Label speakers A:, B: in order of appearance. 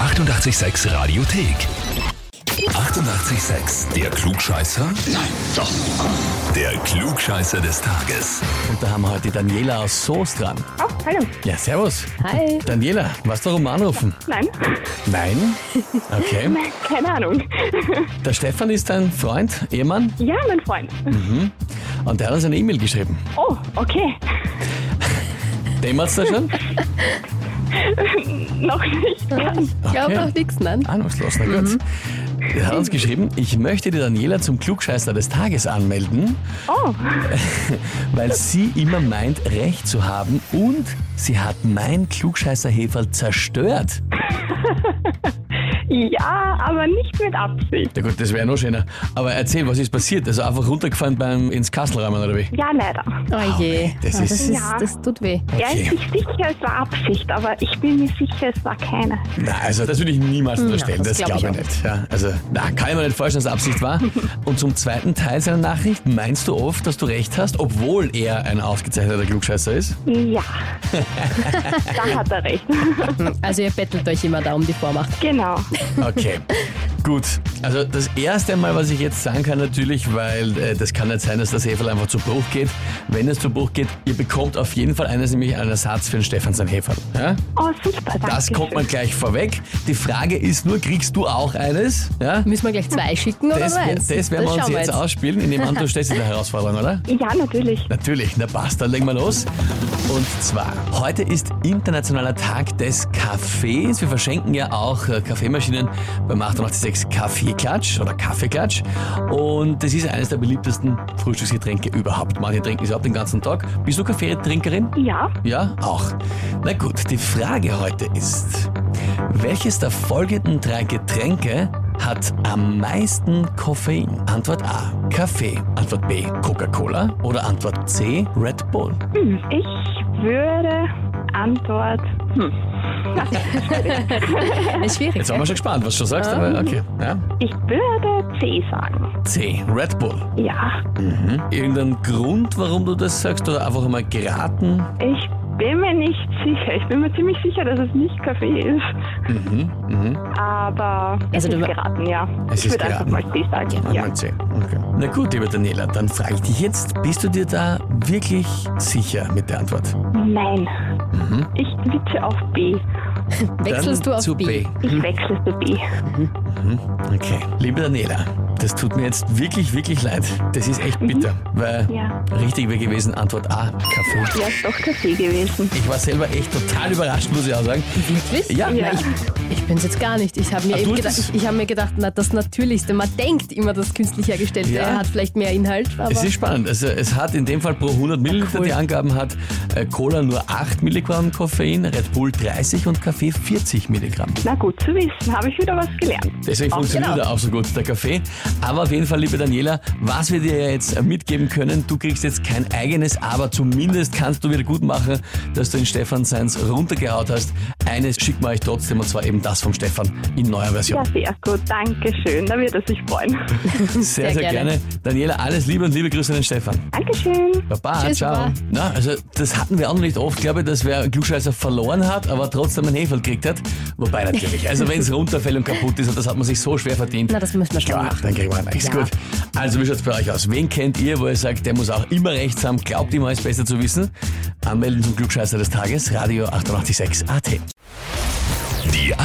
A: 886 Radiothek. 88,6. Der Klugscheißer? Nein, doch. Der Klugscheißer des Tages.
B: Und da haben wir heute Daniela aus Soest dran.
C: Oh, hallo.
B: Ja, servus.
C: Hi.
B: Daniela, was darum anrufen?
C: Nein,
B: Nein? Okay.
C: keine Ahnung.
B: Der Stefan ist dein Freund, Ehemann,
C: Ja, mein Freund.
B: und der hat uns eine E-Mail geschrieben.
C: Oh, okay.
B: Dem hat's da schon?
C: Noch nicht. ganz.
D: Ich glaube auch nichts, nein.
B: Ahnungslos, Ah, na gut. Er hat uns geschrieben, ich möchte die Daniela zum Klugscheißer des Tages anmelden,
C: Oh,
B: weil sie immer meint, Recht zu haben und sie hat mein Klugscheißerheferl zerstört.
C: ja, aber nicht mit Absicht.
B: Na gut, das wäre noch schöner. Aber erzähl, was ist passiert? Also einfach runtergefallen beim, ins Kasselrahmen oder wie?
C: Ja, leider.
D: Oh je.
B: das
D: Ah,
B: ist-
D: das, ist
C: Ja.
D: das tut weh.
C: Er ist sich sicher, es war Absicht, aber ich bin mir sicher, es war keine.
B: Na, also das würde ich niemals unterstellen,
D: das
B: das,
D: glaub
B: glaube ich,
D: ich
B: nicht. Ja, also, na, kann ich mir nicht vorstellen, dass es Absicht war. Und zum zweiten Teil seiner Nachricht meinst du oft, dass du recht hast, obwohl er ein ausgezeichneter Klugscheißer ist?
C: Ja. da hat er recht.
D: Also ihr bettelt euch immer da um die Vormacht.
C: Genau.
B: Okay. Gut, also das erste Mal, was ich jetzt sagen kann natürlich, weil äh, das kann nicht sein, dass das Heferl einfach zu Bruch geht. Wenn es zu Bruch geht, ihr bekommt auf jeden Fall eines, nämlich einen Ersatz für den Stefan sein Heferl. Ja?
C: Oh, super, danke.
B: Das kommt man gleich vorweg. Die Frage ist nur, kriegst du auch eines? Ja?
D: Müssen wir gleich zwei schicken oder
B: Das,
D: nur
B: wär-
D: eins?
B: das werden wir uns
D: schauen
B: jetzt ausspielen. In dem an, du stellst dir die Herausforderung, oder?
C: Ja, natürlich.
B: Natürlich, na passt, dann legen wir los. Und zwar, heute ist internationaler Tag des Kaffees. Wir verschenken ja auch äh, Kaffeemaschinen beim 886 Kaffeeklatsch oder Kaffeeklatsch. Und das ist eines der beliebtesten Frühstücksgetränke überhaupt. Manche trinken es überhaupt den ganzen Tag. Bist du Kaffeetrinkerin?
C: Ja,
B: Ja, auch. Na gut, die Frage heute ist, welches der folgenden drei Getränke hat am meisten Koffein? Antwort A, Kaffee. Antwort B, Coca-Cola. Oder Antwort C, Red Bull.
C: ich würde Antwort.
D: Das ist schwierig.
B: Jetzt waren wir schon gespannt, was du schon sagst, aber okay. Ja.
C: Ich würde C sagen.
B: C, Red Bull.
C: Ja.
B: Mhm. Irgendein Grund, warum du das sagst oder einfach einmal geraten?
C: Ich bin mir nicht sicher. Ich bin mir ziemlich sicher, dass es nicht Kaffee ist. Aber es
D: Also du-
C: ist geraten, ja.
B: Mhm, Es
C: ich
B: ist
C: würde einfach mal
B: geraten.
C: C sagen. Ja.
B: Einmal C. Okay. Na gut, liebe Daniela, dann frage ich dich jetzt, bist du dir da wirklich sicher mit der Antwort?
C: Nein.
B: Mhm.
C: Ich tippe auf B.
D: Wechselst
B: dann
D: du auf
B: zu
D: B?
B: B.
C: Ich wechsle zu B.
B: Okay. Liebe Daniela, das tut mir jetzt wirklich, wirklich leid. Das ist echt bitter, weil
C: Ja.
B: richtig wäre gewesen Antwort A, Kaffee.
C: Ja, ist doch Kaffee gewesen.
B: Ich war selber echt total überrascht, muss ich auch sagen.
D: Wirklich?
B: Ja.
D: Na, ich, ich bin's jetzt gar nicht. Ich habe mir,
B: Ah,
D: eben
B: du
D: gedacht,
B: bist-
D: ich, ich hab mir gedacht, na, das Natürlichste. Man denkt immer, das künstlich hergestellte
B: Ja.
D: hat vielleicht mehr Inhalt, aber
B: Es ist spannend. Also es hat in dem Fall pro 100 Milliliter, die Angaben hat, äh, Cola nur 8 Milligramm Koffein, Red Bull 30 und Kaffee 40 Milligramm.
C: Na gut zu wissen, habe ich wieder was gelernt.
B: Deswegen funktioniert
D: genau.
B: er auch so gut, der Kaffee. Aber auf jeden Fall, liebe Daniela, was wir dir jetzt mitgeben können, du kriegst jetzt kein eigenes, aber zumindest kannst du wieder gut machen, dass du den Stefan Seins runtergehaut hast. Eines schicken wir euch trotzdem, und zwar eben das vom Stefan in neuer Version.
C: Ja, sehr gut. Dankeschön. Da wird er sich freuen.
B: sehr, sehr,
D: sehr
B: gerne.
D: gerne.
B: Daniela, alles Liebe und liebe Grüße an den Stefan.
C: Dankeschön.
B: Baba,
D: Tschüss,
B: ciao.
D: Baba.
B: Na, also das hatten wir auch noch nicht oft, glaube ich, dass wer Klugscheißer verloren hat, aber trotzdem einen Heferl gekriegt hat. Wobei natürlich, also wenn es runterfällt und kaputt ist, und das hat man sich so schwer verdient.
D: na, das müssen wir schon
B: Klar,
D: machen.
B: dann kriegen wir ein Eis.
D: Ja.
B: Gut. Also, wie schaut's bei euch aus? Wen kennt ihr, wo ihr sagt, der muss auch immer rechts haben, glaubt immer alles besser zu wissen? Anmelden zum Glückscheißer des Tages, Radio 886 AT.
A: Die